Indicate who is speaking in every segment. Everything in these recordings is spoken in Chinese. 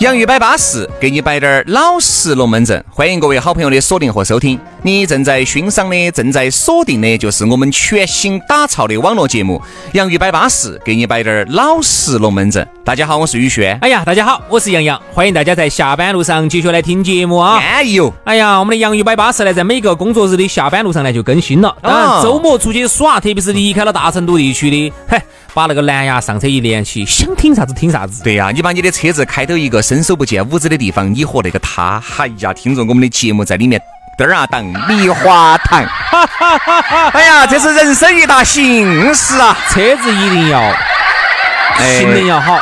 Speaker 1: 杨宇摆巴适，给你摆点儿老实龙门阵。欢迎各位好朋友的锁定和收听，你正在欣赏的、正在锁定的，就是我们全新打造的网络节目《杨宇摆巴适》，给你摆点儿老实龙门阵。大家好，我是宇轩，
Speaker 2: 哎呀，大家好，我是杨洋，欢迎大家在下班路上继续来听节目啊。
Speaker 1: 安逸哟。
Speaker 2: 哎呀，我们的洋芋摆巴士呢，在每个工作日的下班路上呢就更新了。
Speaker 1: 哦
Speaker 2: 当然，周末出去耍，特别是离开了大成都地区的， 嘿，把那个蓝牙上车一连起，想听啥子听啥子。
Speaker 1: 对呀、你把你的车子开到一个伸手不见五指的地方，你和那个他，哎呀，听着我们的节目在里面。嘚儿啊荡，梨花堂，哎呀，这是人生一大幸事啊！
Speaker 2: 车子一定要性能要好，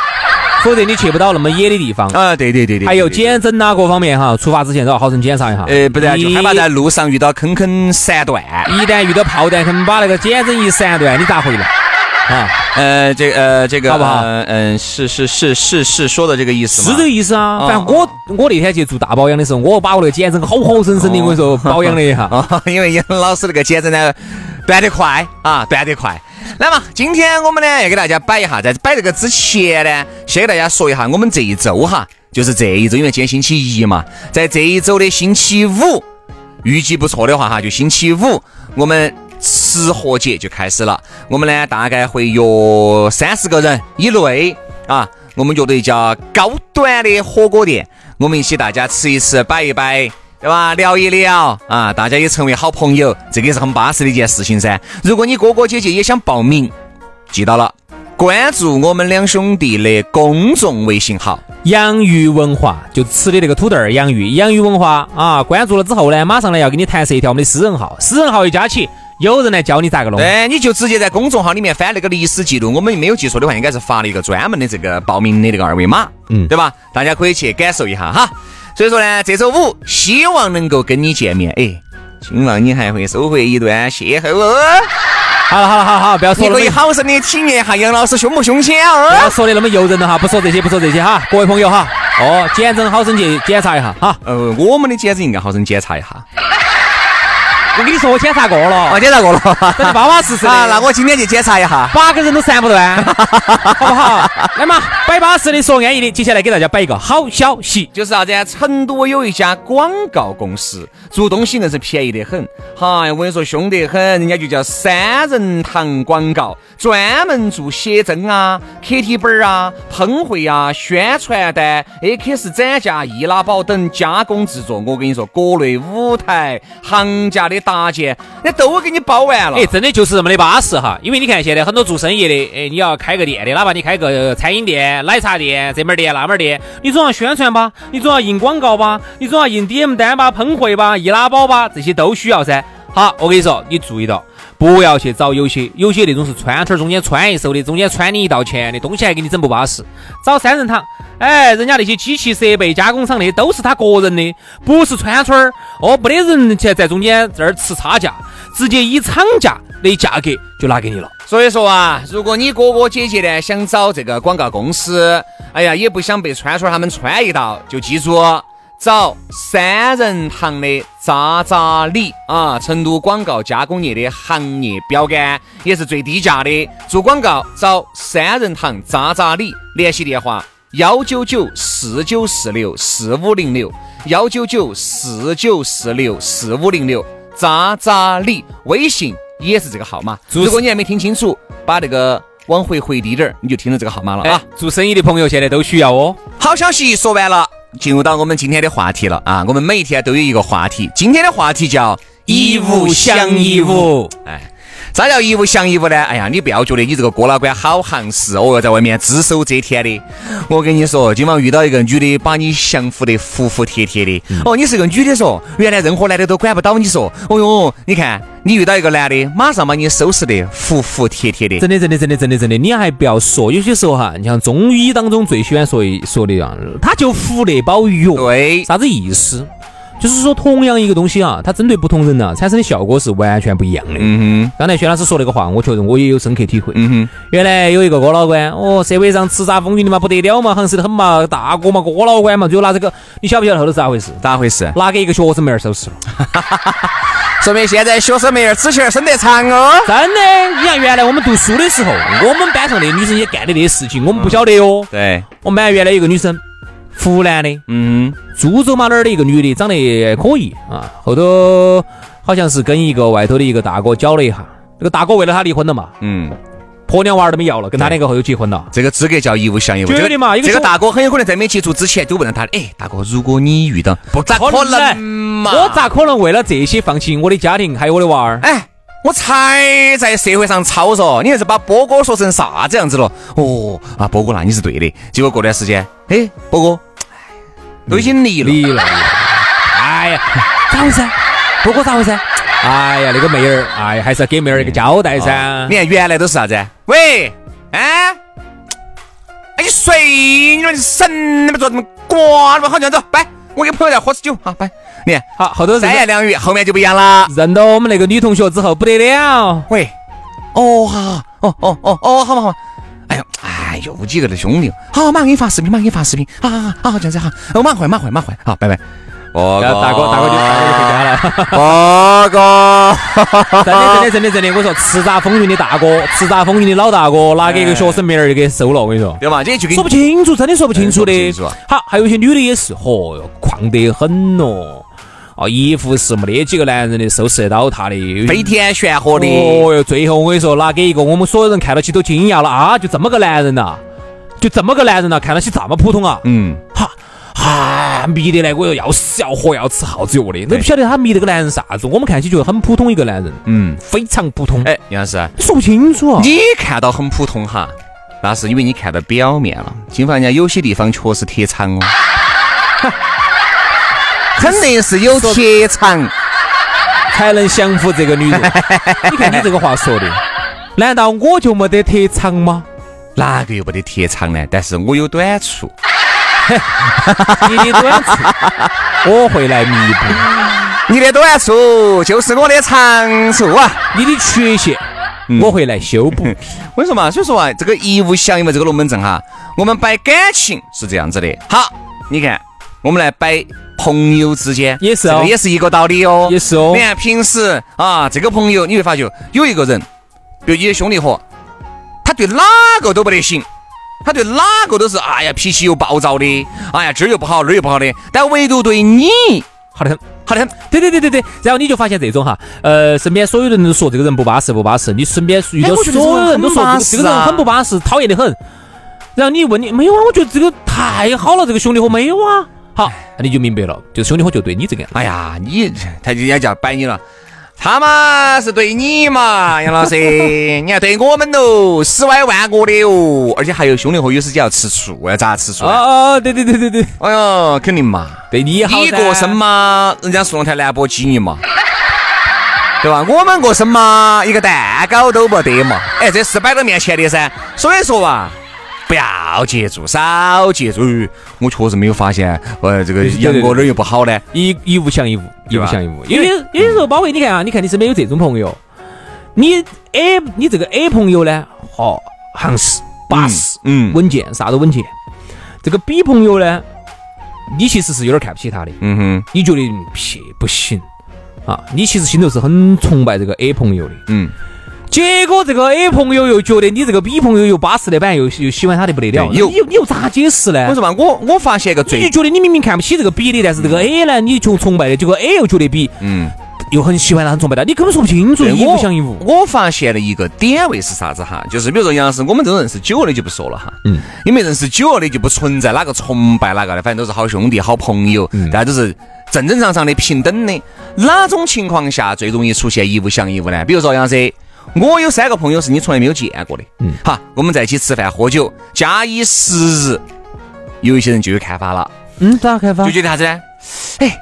Speaker 2: 否则你去不到那么野的地方。
Speaker 1: 啊，哎对对对对，
Speaker 2: 还有
Speaker 1: 对对
Speaker 2: 减震呐，各方面哈，出发之前都要好生检查一下。
Speaker 1: 呃，不然就
Speaker 2: 你
Speaker 1: 害怕在路上遇到坑坑散段。
Speaker 2: 一旦遇到炮弹坑，把那个减震一闪断，你咋回来？啊，
Speaker 1: 呃，这个呃这个
Speaker 2: 好不好
Speaker 1: 呃嗯、是是是是是说的这个意思
Speaker 2: 是
Speaker 1: 吗？
Speaker 2: 这个意思啊。
Speaker 1: 哦
Speaker 2: 反正我我那天去做大保养的时候，我把我那个减震好好生生的，我跟你说保养 了一下。
Speaker 1: 哦，因为杨老师那个减震呢，断得快啊，断得快。那么今天我们呢要给大家摆一下，在摆这个之前呢，先给大家说一下我们这一周哈，就是这一周，因为今天星期一嘛，在这一周的星期五，预计不错的话哈，就星期五我们。吃货节就开始了，我们呢大概会约三十个人以内啊，我们约到一家高端的火锅店，我们一起大家吃一吃，摆一摆，对吧？聊一聊啊，大家也成为好朋友，这个也是很巴适的一件事情噻。如果你哥哥姐姐也想报名，记到了，关注我们两兄弟的公众微信号。
Speaker 2: 洋芋文化就吃的那个土豆儿洋芋，洋芋文化啊，关注了之后呢，马上呢要给你弹射一条我们的私人号，私人号一加起，有人来教你咋个弄。
Speaker 1: 对，哎你就直接在公众号里面翻那个历史记录，我们没有记错的话，应该是发了一个专门的这个报名的那个二维码，嗯，对吧？大家可以去感受一下哈。所以说呢，这周五希望能够跟你见面，哎，希望你还会收获一段邂逅哦。
Speaker 2: 好了好了好了好了，不要说
Speaker 1: 你
Speaker 2: 了
Speaker 1: 可。以好生的体验一下杨老师凶不凶险
Speaker 2: 不 要
Speaker 1: 哦。
Speaker 2: 说的那么诱人了哈，不说这些，不说这些哈，各位朋友哈，哦，减震好生去检查一下哈。
Speaker 1: 呃，我们的简直应该好生检查一下。
Speaker 2: 我跟你说，我检查过了，
Speaker 1: 哦，检查过 了。
Speaker 2: 但是巴巴适适的。
Speaker 1: 啊，那我今天去检查一下。
Speaker 2: 八个人都散不断， 好不好？来嘛，摆巴适的，说安逸的。接下来给大家摆一个好消息，
Speaker 1: 就是啥子啊？成都有一家广告公司做东西硬是便宜得很，嗨，我跟你说凶得很，人家就叫三人堂广告，专门做写真啊、KT 本儿啊、喷绘啊、宣传单、AKS 展架、易拉宝等加工制作。我跟你说，国内舞台行家的搭建，那都给你包完了。
Speaker 2: 哎，真的就是这么的巴适哈。因为你看现在很多做生意的，哎，你要开个店的，哪怕你开个呃餐饮店、奶茶店、这门儿店那门儿店，你总要宣传吧，你总要印广告吧，你总要印 DM 单吧、喷绘吧、易拉宝吧，这些都需要噻。好，我跟你说，你注意到。不要去找有些有些那种是穿腿儿中间穿一手的，中间穿你一道钱的东西还给你整不巴适。找三人堂，哎，人家那些机器设备、加工厂那些都是他个人的，不是川村儿哦，没得人去在中间这儿吃差价，直接以厂价的价格就拿给你了。
Speaker 1: 所以说啊，如果你哥哥姐姐呢想找这个广告公司，哎呀，也不想被川川他们穿一道，就记住找三人堂的渣渣李啊，成都广告加工业的行业标杆，也是最低价的。做广告找三人堂渣渣李，联系电话。幺九九四九四六四五零六，幺九九四九四六四五零六，渣渣李微信也是这个号码。
Speaker 2: 主持
Speaker 1: 如果你还没听清楚，把那个往回回低点儿，你就听到这个号码了
Speaker 2: 哎
Speaker 1: 啊。，
Speaker 2: 做生意的朋友现在都需要哦。
Speaker 1: 好消息说完了，进入到我们今天的话题了啊！我们每一天都有一个话题，今天的话题叫
Speaker 2: 一物降一物。
Speaker 1: 哎，啥叫一物降一物呢？哎呀，你不要觉得你这个哥老倌好行市，哦哟，在外面只手遮天的。我跟你说，今晚遇到一个女的，把你降服得服服帖帖的。哦，你是个女的说，原来任何男的都管不到你说。哦哟，你看你遇到一个男的，马上把你收拾得服服帖帖的。
Speaker 2: 真的，真的，真的，真的，真的，你还不要说，有些时候哈，你像中医当中最喜欢说一说的啊，它就服那包药，
Speaker 1: 对，
Speaker 2: 啥子意思？就是说，同样一个东西啊，它针对不同人呢、产生的效果是完全不一样的。
Speaker 1: 嗯
Speaker 2: 刚才薛老师说那个话，我觉得我也有深刻体会。
Speaker 1: 嗯
Speaker 2: 原来有一个哥老倌，哦，社会上叱咤风云的嘛，不得了嘛，行势的很嘛，大哥嘛，哥老倌嘛，最后拿这个，你晓不晓得后头是咋回事？
Speaker 1: 哼，咋回事？
Speaker 2: 拿给一个学生妹儿收拾了，
Speaker 1: 说明现在学生妹儿指甲儿伸得长哦。
Speaker 2: 真的。你像原来我们读书的时候，我们班上的女生也干的那些事情，我们不晓得哟。
Speaker 1: 对，
Speaker 2: 我们班原来有一个女生，湖南的，
Speaker 1: 嗯，
Speaker 2: 株洲嘛那儿的一个女的，长得也可以啊，后头好像是跟一个外头的一个大哥搅了一下，这个大哥为了她离婚了嘛，
Speaker 1: 嗯，
Speaker 2: 婆娘娃儿都没要了，跟他两个后头结婚了。
Speaker 1: 这个资格叫一物降一物。
Speaker 2: 绝对
Speaker 1: 这个
Speaker 2: 嘛一个
Speaker 1: 这个
Speaker 2: 兄
Speaker 1: 大哥很有可能在没接触之前就问了他，哎，大哥，如果你遇到，不咋
Speaker 2: 可
Speaker 1: 可
Speaker 2: 能
Speaker 1: 能嘛？
Speaker 2: 我？咋可能为了这些放弃我的家庭还有我的娃儿？
Speaker 1: 哎，我才在社会上操着，你还是把波哥说成啥子样子了？哦，啊，波哥，那你是对的。结果过段时间，哎，波哥，哎都已经离了。
Speaker 2: 离了，哎呀，咋回事？不过咋回事？哎呀，那个妹儿，哎呀，还是要给妹儿一个交代噻。
Speaker 1: 你看原来都是啥子？喂，哎，哎，你睡，你说你神那么做什么瓜？那么好，这样走，拜，我跟朋友在喝酒，好，拜。你看，
Speaker 2: 好，后头
Speaker 1: 三
Speaker 2: 认
Speaker 1: 言两语，后面就不一样了。
Speaker 2: 认到我们那个女同学之后不得了，
Speaker 1: 喂，哦，好好，哦哦哦哦，好嘛好嘛。哎呦，哎呦，几个的兄弟，好，马上给你发视频，马上给你发视频，好好好好，这样子好，哦我马上回，马上回，马上回，好，拜拜。哦
Speaker 2: 然后大哥大哥就大哥就回家了。
Speaker 1: 哥哥，
Speaker 2: 真的真的真的真的，我说叱咤风云的大哥，叱咤风云的老大哥，拿给一个学生妹儿就给收了，我跟你说。
Speaker 1: 对嘛？这就给
Speaker 2: 说不清楚，真的说不清楚
Speaker 1: 哎
Speaker 2: 的
Speaker 1: 说不清楚啊。
Speaker 2: 好，还有一些女的也是，嚯哟，狂得很咯。哦，衣服是没得几个男人的收拾得到她的，
Speaker 1: 飞天旋火的。
Speaker 2: 哦哟，最后我跟你说，拿给一个我们所有人看到起都惊讶了啊！就这么个男人呐、啊就这么个男人呐、看到起这么普通啊！
Speaker 1: 嗯，
Speaker 2: 哈哈，迷得来，我又要死要活要吃耗子药的，都不晓得他迷这个男人啥子。我们看起就很普通一个男人，
Speaker 1: 嗯，
Speaker 2: 非常普通，哎，
Speaker 1: 哎，杨老师，
Speaker 2: 说不清楚啊。
Speaker 1: 你看到很普通哈，那是因为你看到表面了。金发人家有些地方确实特长哦，肯定是有特长。
Speaker 2: 才能降服这个 女人。你看你这个话说的，难道我就没得特长吗？
Speaker 1: 哪个又没得特长呢？但是我有短处。
Speaker 2: 你的短处 我会来弥补，
Speaker 1: 你的短处就是我的长处啊！
Speaker 2: 你的缺陷
Speaker 1: 嗯
Speaker 2: 我会来修 补。
Speaker 1: 我跟你说嘛，所以说啊，这个一物降一物这个龙门阵哈，我们摆感情是这样子的。好，你看，我们来摆朋友之间，
Speaker 2: 也是哦
Speaker 1: 这个也是一个道理哦，
Speaker 2: 也是哦
Speaker 1: 你看平时啊，这个朋友你会发觉有一个人，比如你的兄弟伙，他对哪个都不得行。他对哪个都是，哎呀，脾气又暴躁的，哎呀，这儿又不好，那儿又不好的，但唯独对你
Speaker 2: 好的很。
Speaker 1: 好的很。
Speaker 2: 对对对对对，然后你就发现这种哈，呃，身边所有人都说这个人不巴适不巴适，你身边遇
Speaker 1: 哎
Speaker 2: 到
Speaker 1: 我觉得这个
Speaker 2: 所有人
Speaker 1: 很
Speaker 2: 都说
Speaker 1: 巴
Speaker 2: 这个这
Speaker 1: 适
Speaker 2: 个
Speaker 1: 啊
Speaker 2: 人很不巴适，讨厌的很。然后你问你没有啊？我觉得这个太好了，这个兄弟伙没有啊？好，那你就明白了，就兄弟伙就对你这个样。
Speaker 1: 哎呀，你他人家就要摆你了。他嘛是对你嘛，杨老 师，你看对我们喽，十歪万恶的哦，而且还有兄弟伙有时间要吃醋，要咋吃醋啊？
Speaker 2: 哦哦，对对对对对，
Speaker 1: 哎呦，肯定嘛，
Speaker 2: 对你好噻。
Speaker 1: 你过生嘛，人家送了台兰博基 尼嘛，对吧？我们过生嘛，一个蛋糕都没得嘛，哎，这是摆到面前的噻。所以说哇，不要接触，少接触。哎我确实没有发现，呃，这个
Speaker 2: 对对对
Speaker 1: 杨哥哪儿又不好呢？
Speaker 2: 一一物降一物，一
Speaker 1: 对吧
Speaker 2: 物降一物。因为嗯有些时候，包括你看啊，你看你身边有这种朋友，你 A 你这个 A 朋友呢，哦，行实巴适，
Speaker 1: 嗯嗯
Speaker 2: 稳健，啥都稳健。这个 B 朋友呢，你其实是有点看不起他的，
Speaker 1: 嗯哼，
Speaker 2: 你觉得嗯屁不行啊，你其实心头是很崇拜这个 A 朋友的。
Speaker 1: 嗯。
Speaker 2: 结果这个 A 朋友又觉得你这个 B 朋友又巴适的板，又又喜欢他的不得了，
Speaker 1: 对
Speaker 2: 你
Speaker 1: 有
Speaker 2: 又你又咋解释呢？
Speaker 1: 我说嘛，我我发现一个
Speaker 2: 哎你就
Speaker 1: 最，
Speaker 2: 觉得你明明看不起这个 B 的，但是这个 A 呢，你就崇拜的，结果 A 又觉得 B
Speaker 1: 嗯，
Speaker 2: 又很喜欢他，很崇拜他，你根本说不清楚，
Speaker 1: 对
Speaker 2: 一物
Speaker 1: 我
Speaker 2: 降一物。
Speaker 1: 我发现了一个点位是啥子哈？就是比如说杨老师，我们这种认识久了就不说了哈，
Speaker 2: 嗯，
Speaker 1: 因为认识久了的就不存在哪个崇拜哪个的，反正都是好兄弟、好朋友，
Speaker 2: 嗯
Speaker 1: 大家都是正正常常的、平等的。哪种情况下最容易出现一物降一物呢？比如说杨老师，我有三个朋友是你从来没有见过的，嗯，好，我们在一起吃饭喝酒，假以时日，有一些人就有看法了，
Speaker 2: 嗯，咋开发
Speaker 1: 就？觉得啥子呢？啊哎，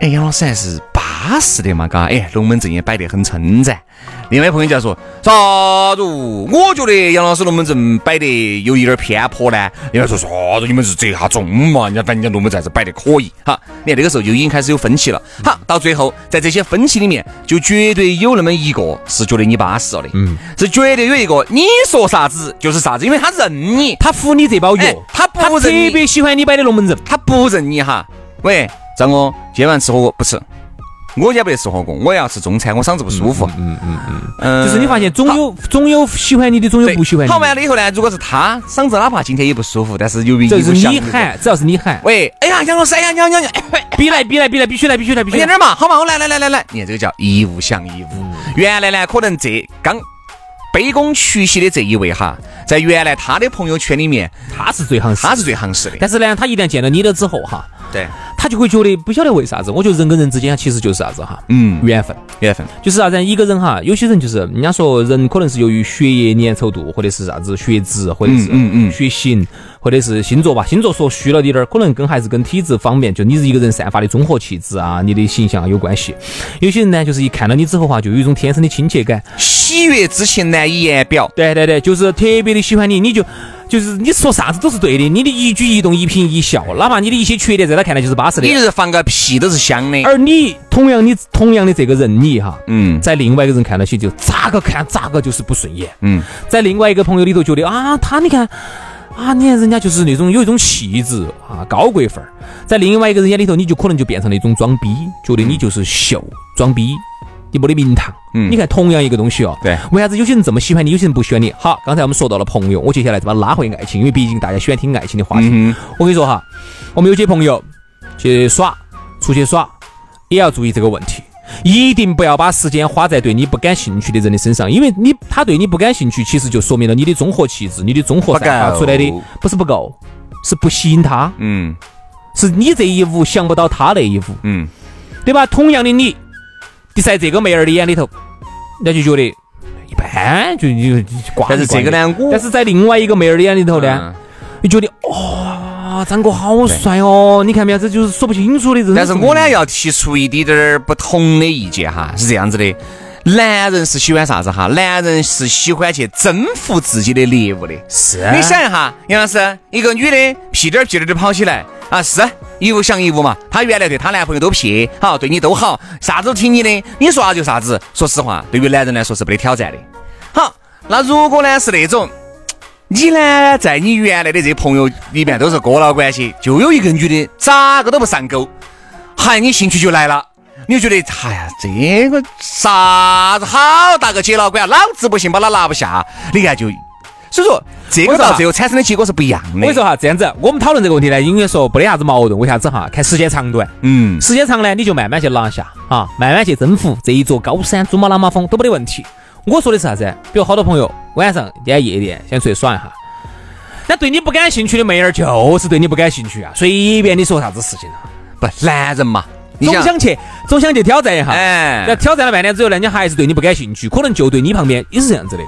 Speaker 1: 哎，杨老师还是巴适的嘛，嘎，哎，龙门阵也摆得很称赞。另外朋友就要说，啥子？我觉得杨老师龙门阵摆得有一点儿偏颇呢。人家说啥子？你们是这下中嘛？人家反正人家龙门阵还是摆得可以，哈。你看这个时候就已经开始有分歧了，哈。到最后，在这些分歧里面，就绝对有那么一个是觉得你巴适了的，嗯，是绝对有一个你说啥子就是啥子，因为他认你，
Speaker 2: 他服你这包
Speaker 1: 哎
Speaker 2: 邮，
Speaker 1: 他不
Speaker 2: 特
Speaker 1: 认你
Speaker 2: 别喜欢你摆的龙门阵。
Speaker 1: 他不认你哈。喂，张哥，今晚吃火锅不吃？我家不得吃火锅，我要吃中餐，我嗓子不舒服。嗯嗯嗯，
Speaker 2: 就是你发现总有总有喜欢你的，总有
Speaker 1: 对
Speaker 2: 不喜欢你的。
Speaker 1: 好完了以后呢，如果是他嗓子哪怕今天也不舒服，但是由于
Speaker 2: 这是
Speaker 1: 有
Speaker 2: 你
Speaker 1: 想
Speaker 2: 喊，只要是你喊，
Speaker 1: 喂，哎呀，杨老师，哎呀，杨杨杨，
Speaker 2: 必来必来必来，必须来必须来必须
Speaker 1: 你在哪
Speaker 2: 来。
Speaker 1: 儿嘛？好嘛，我来来来来来，你看这个叫一物降一物。原来呢，可能这刚卑躬屈膝的这一位哈，在原来他的朋友圈里面，
Speaker 2: 他是最行
Speaker 1: 他
Speaker 2: 是，
Speaker 1: 是最行势的。
Speaker 2: 但是呢，他一旦见到你了之后哈，
Speaker 1: 对，
Speaker 2: 他就会觉得不晓得为啥子，我觉得人跟人之间其实就是啥子哈，
Speaker 1: 嗯
Speaker 2: 缘分。
Speaker 1: 缘分。
Speaker 2: 就是啥子呢？一个人哈，有些人就是人家说人可能是由于血液粘稠度，或者是啥子血脂，或者是
Speaker 1: 嗯嗯嗯
Speaker 2: 血型，或者是星座吧。星座说虚了一点儿，可能跟还是跟体质方面，就你是一个人散发的综合气质啊，你的形象有关系。有些人呢，就是一看到你之后哈，就有一种天生的亲切感。
Speaker 1: 喜悦之情难以言表。
Speaker 2: 对对对，就是特别的喜欢你，你就就是你说啥子都是对的，你的一举一动、一颦一笑，哪怕你的一些缺点，在他看来就是巴适的
Speaker 1: 你。就是放个屁都是香的。
Speaker 2: 而你同样你同样的这个人，你哈，
Speaker 1: 嗯
Speaker 2: 在另外一个人看到起就咋个看咋个就是不顺眼。
Speaker 1: 嗯，
Speaker 2: 在另外一个朋友里头觉得啊，他你看。啊，你看人家就是那种有一种气质啊，高贵范儿，在另外一个人眼里头，你就可能就变成了一种装逼，觉得你就是秀装逼，你没得名堂。
Speaker 1: 嗯
Speaker 2: 你看同样一个东西哦，
Speaker 1: 对
Speaker 2: 为啥子有些人这么喜欢你，有些人不喜欢你？好，刚才我们说到了朋友，我接下来怎么拉回爱情？因为毕竟大家喜欢听爱情的话题。
Speaker 1: 嗯
Speaker 2: 我跟你说哈，我们有些朋友去耍，出去耍，也要注意这个问题。一定不要把时间花在对你不感兴趣的人的身上，因为你他对你不感兴趣，其实就说明了你的综合气质、你的综合散发出来的
Speaker 1: 不够
Speaker 2: 不是不够，是不吸引他，
Speaker 1: 嗯
Speaker 2: 是你这一屋想不到他那一屋，
Speaker 1: 嗯，
Speaker 2: 对吧？同样的你，你在这个妹儿的眼里头，人家就觉得一般，就就就挂。
Speaker 1: 但是这个，呢，我
Speaker 2: 但是在另外一个妹儿的眼里头呢，
Speaker 1: 嗯
Speaker 2: 你觉得哇，张哥好帅哦！你看没有，这就是说不清楚的人。
Speaker 1: 但是我呢，要提出一点点儿不同的意见哈，是这样子的。男人是喜欢啥子哈？男人是喜欢去征服自己的猎物的。
Speaker 2: 是
Speaker 1: 你想一下，杨老师，一个女的屁颠儿屁颠儿的跑起来啊，是一物降一物嘛。她原来对她男朋友都屁，好对你都好，啥子都听你的，你说啥就啥子。说实话，对于男人来说是没得挑战的。好，那如果呢是那种你呢，在你原来的这朋友里面都是哥老关系，就有一个女的咋个都不上钩，嗨，你兴趣就来了，你就觉得，哎呀，这个啥子好大个姐老倌，老子不行，把他拿不下，你看就，所以说这
Speaker 2: 我
Speaker 1: 个
Speaker 2: 说啊
Speaker 1: 到最后产生的结果是不一样的。
Speaker 2: 我跟你说，哈，这样子，我们讨论这个问题呢，应该说没得啥子矛盾。为啥子哈？看时间长短，
Speaker 1: 嗯，
Speaker 2: 时间长呢，你就慢慢去拿下啊，慢慢去征服这一座高山，珠穆朗玛峰都没得问题。我说的是啥子？比如好多朋友晚上今天夜店想出去耍一下，那对你不感兴趣的妹儿就是对你不感兴趣啊，随便你说啥子事情啊，
Speaker 1: 不，男人嘛，你
Speaker 2: 总
Speaker 1: 想，
Speaker 2: 想去，总想去挑战一下。
Speaker 1: 哎
Speaker 2: 那，挑战了半天之后呢，人家还是对你不感兴趣，可能就对你旁边也是这样子的。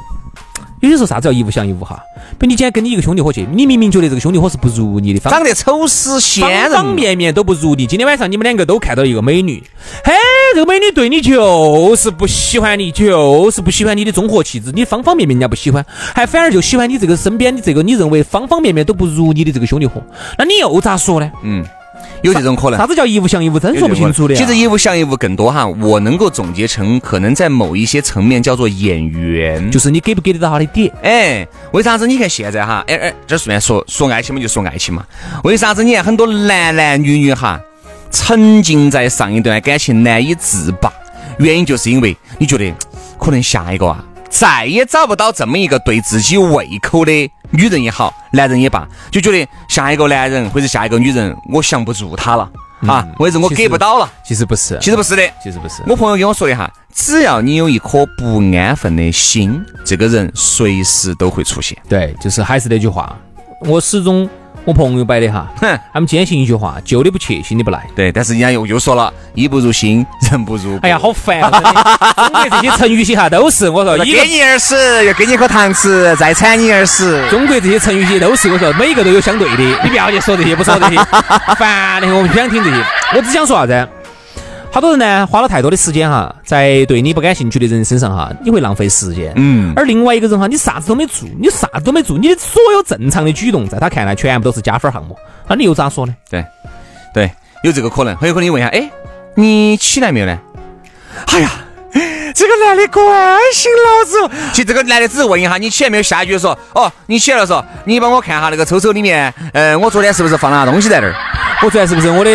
Speaker 2: 有些时候啥子叫一物降一物哈，比如你今天跟你一个兄弟伙去，你明明觉得这个兄弟伙是不如你的，方
Speaker 1: 长得丑死仙
Speaker 2: 方
Speaker 1: 人
Speaker 2: 方
Speaker 1: 嘛，
Speaker 2: 面面都不如你。今天晚上你们两个都看到一个美女，嘿，这个美女对你就是不喜欢你，就是不喜欢你的综合气质，你方方面面人家不喜欢，还反而就喜欢你这个身边的这个你认为方方面面都不如你的这个兄弟伙，那你又咋说呢？
Speaker 1: 嗯，有这种可能
Speaker 2: 啥。子叫一物降一物，真说不清楚的呀。
Speaker 1: 其实一物降一物更多哈，我能够总结成可能在某一些层面叫做演员，
Speaker 2: 就是你给不给得到他的点。
Speaker 1: 哎，为啥子你看现在哈？哎哎，这顺便说说爱情嘛，就说爱情嘛。为啥子你看很多男男女女哈，沉浸在上一段感情难以自拔？原因就是因为你觉得可能下一个啊，再也找不到这么一个对自己胃口的女人也好，男人也罢，就觉得下一个男人或者下一个女人，我降不住他了、啊，或者是我
Speaker 2: 嗯其实
Speaker 1: 给不到了。
Speaker 2: 其实不是，
Speaker 1: 其实不是的，
Speaker 2: 其实不是。
Speaker 1: 我朋友跟我说的哈，只要你有一颗不安分的心，这个人随时都会出现。
Speaker 2: 对，就是还是那句话，我始终我朋友摆的哈，
Speaker 1: 哼
Speaker 2: 他们坚信一句话：旧的不去，新的不来。
Speaker 1: 对，但是人家又又说了，衣不如新， 人不如骨
Speaker 2: 哎呀，好烦啊！ 真的中国这些成语些哈都是，我说
Speaker 1: 要
Speaker 2: 一
Speaker 1: 给
Speaker 2: 个
Speaker 1: 你耳屎，又给你一颗糖吃，再铲你耳屎。
Speaker 2: 中国这些成语些都是，我说每一个都有相对的， 你不要去说这些，不说这些，烦的很，我不想听这些。我只想说啥子？好多人呢，花了太多的时间哈，在对你不感兴趣的人身上哈，你会浪费时间。
Speaker 1: 嗯
Speaker 2: 而另外一个人哈，你啥子都没做，你啥子都没做，你的所有正常的举动，在他看来全部都是加分项目。那你又咋说呢？
Speaker 1: 对，对，有这个可能。很有可能你问一下，哎，你起来没有呢？哎呀，这个男的关心老子哦。其实这个男的只是问一下你起来没有，下一句就说，哦，你起来了说，你帮我看一下那个抽抽里面，嗯、我昨天是不是放了啥东西在那儿，
Speaker 2: 我昨天是不是我的，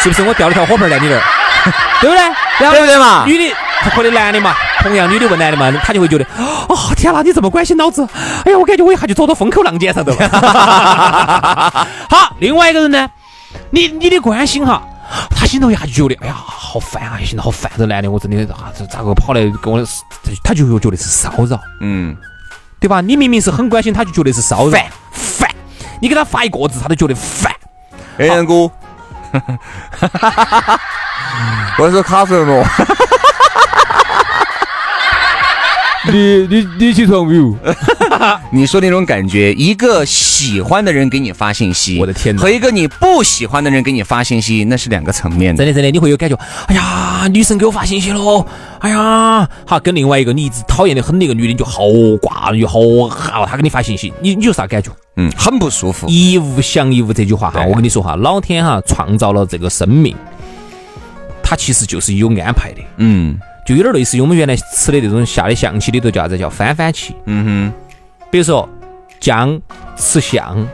Speaker 2: 是不是我掉了条火盆在你那儿， 对不对？然后
Speaker 1: 对不对嘛？
Speaker 2: 女的或者男的嘛，同样女的问男的嘛，他就会觉得，哦天哪，你这么关心老子，哎呀，我感觉我一下就走到风口浪尖上头了。 好，另外一个人呢，你你的关心哈。他心头一下就觉得，哎呀，好烦啊！心头好烦，这男的，我真的啊，这咋个跑来跟我，他就又觉得是骚扰。
Speaker 1: 嗯，
Speaker 2: 对吧？你明明是很关心，他就觉得是骚扰，烦。你给他发一个字，他都觉得烦。
Speaker 1: 恩 哥，我是卡粉了。
Speaker 2: 你你你起床没有？
Speaker 1: 你说那种感觉，一个喜欢的人给你发信息，
Speaker 2: 我的天哪
Speaker 1: 和一个你不喜欢的人给你发信息，那是两个层面的
Speaker 2: 真。的真的，你会有感觉，哎呀，女生给我发信息喽，哎呀，好，跟另外一个你一直讨厌的很的一个女的，你就好挂，你就好好，她给你发信息，你你有啥感觉？
Speaker 1: 嗯，很不舒服。
Speaker 2: 一物降一物这句话哈，
Speaker 1: 对
Speaker 2: 我跟你说哈，老天哈创造了这个生命，它其实就是有安排的，
Speaker 1: 嗯
Speaker 2: 就有点类似于我们原来吃的那种下的象棋里头叫啥子叫翻番棋，
Speaker 1: 嗯哼
Speaker 2: 比如说将吃象，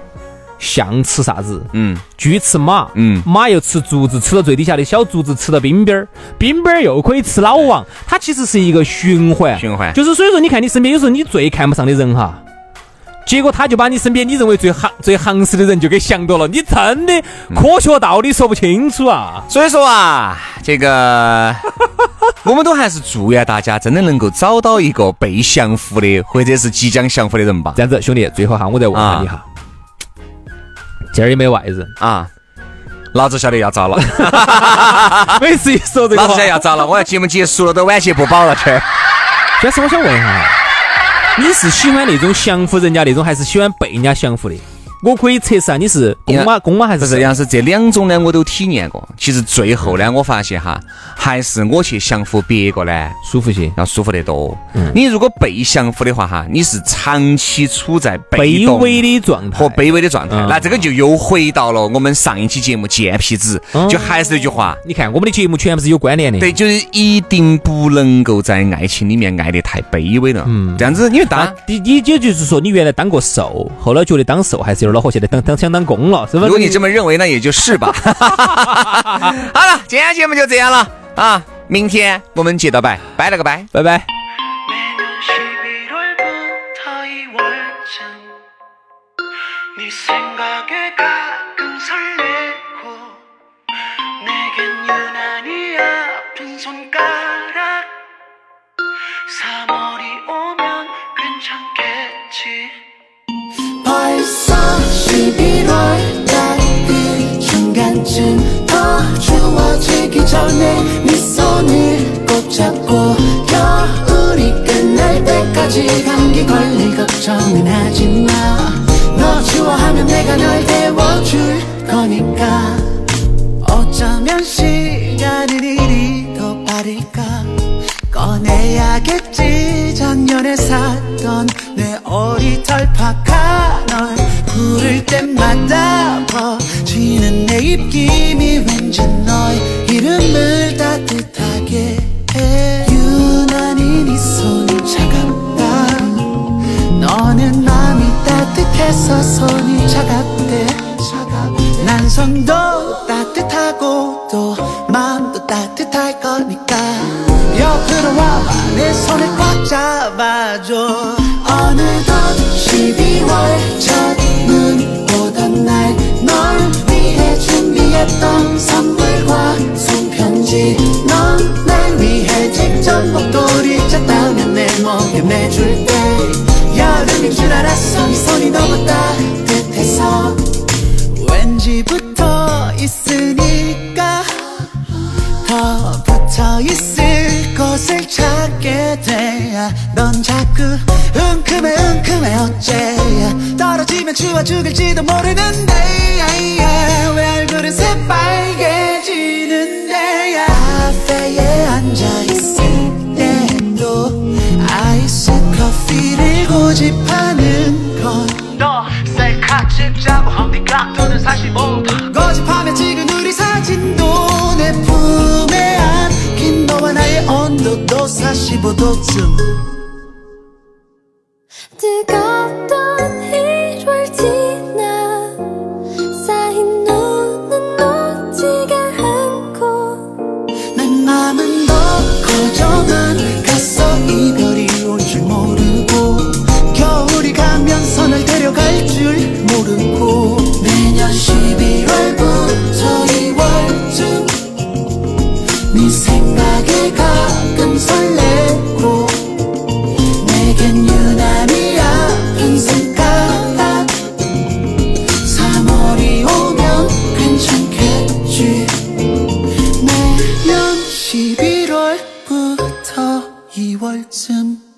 Speaker 2: 象吃啥子？
Speaker 1: 嗯
Speaker 2: 车吃马，
Speaker 1: 嗯
Speaker 2: 马又吃竹子，吃到最底下的小竹子，吃到冰冰儿，冰冰儿又可以吃老王，它其实是一个循环，
Speaker 1: 循环
Speaker 2: 就是所以说，你看你身边有时候你最看不上的人哈。结果他就把你身边你认为最行最行势的人就给降到了，你真的
Speaker 1: 嗯
Speaker 2: 科学道理说不清楚啊！
Speaker 1: 所以说啊，这 个我们都还是祝愿大家真的能够找到一个被降服的，或者是即将降服的人吧。
Speaker 2: 这样子，兄弟，最后哈，我再问下你哈，这儿有没有外人？
Speaker 1: 啊，老子晓得要遭 了，啊
Speaker 2: 每次一说这个
Speaker 1: 老子
Speaker 2: 话
Speaker 1: 晓得，要遭了，我要节目结束了，都晚节不保了，这儿。
Speaker 2: 但是我想问一下，啊你是喜欢那种降服人家那种，还是喜欢被人家降服的？我可以测试下啊你是公妈公妈还
Speaker 1: 不
Speaker 2: 是
Speaker 1: 是，杨是这两种呢，我都体验过。其实最后呢，我发现哈，还是我去降服别个呢，
Speaker 2: 舒服些，
Speaker 1: 要舒服得多。
Speaker 2: 嗯
Speaker 1: 你如果被降服的话哈，你是长期处在被
Speaker 2: 卑
Speaker 1: 动哦
Speaker 2: 微的状态
Speaker 1: 和卑微的状态。
Speaker 2: 嗯
Speaker 1: 那这个就又回到了我们上一期节目贱皮子，
Speaker 2: 嗯
Speaker 1: 就还是那句话，
Speaker 2: 你看我们的节目全部是有关联的，
Speaker 1: 对，就是一定不能够在爱情里面爱得太卑微了。这样子，因为大
Speaker 2: 啊
Speaker 1: 家。，
Speaker 2: 你你也就是说，你原来当过受，后来觉得当受还是有点恼火，现在当当想当公了，是吧？
Speaker 1: 如果你这么认为，那也就是 吧。好了，今天节目就这样了啊！明天我们接着拜，拜了个拜。
Speaker 2: 拜拜。
Speaker 3: 매년 11월 반 타이월쯤 네 생각에 가끔 설레고 내겐 유난히 아픈 손가락 3월이 오면 괜찮겠지
Speaker 4: 벌써 11월 달그 중간쯤 더 추워지기 전에 네 손을 꼭 잡고 겨울이 끝날 때까지 감기 걸릴 걱정은 하지 마너 추워하면 내가 널 데워줄 거니까 어쩌면 시간은 이리 더 빠를까 꺼내야겠지 작년에 샀던 내 어리털 파카 널 부를 때마다 퍼지는 내 입김이 왠지 너의 이름을 따뜻하게 해 유난히 네 손이 차갑다 너는 마음이 따뜻해서 손이 차갑대 난성도 따뜻하고 또 마음도 따뜻할 거니까 옆으로 와봐 내 손을 꽉 잡아줘 어느덧 12월 첫눈 오던 날 널 위해 준비했던 선물과 손편지 넌 날 위해 직접 목도리 짰다면 내 목에 매줄 때 여름인 줄 알았어 이 손이 너무 따뜻해서 번째 떨어지면 지워 죽을지도 모르는데 왜 얼굴은 새빨개지는데 카페에 앉아있을 때도 아이스 커피를 고집하는 건
Speaker 3: 너 셀카 찍자고 한 네가 도는 사실 모두
Speaker 4: 고집하며 찍은 우리 사진도 내 품에 안긴 너와 나의 온도도 45도쯤
Speaker 5: 뜨겁던 일월 지나 쌓인 눈은 녹지가 않고
Speaker 4: 내 맘은 더 커져만 갔어 이별이 올 줄 모르고 겨울이 가면서 널 데려갈 줄 모르고 매년 11월부터 2월쯤 네 생각에 가끔 설레고 내겐 유난히 아픈 생각 3월이 오면 괜찮겠지 네, 매년 11월부터 2월쯤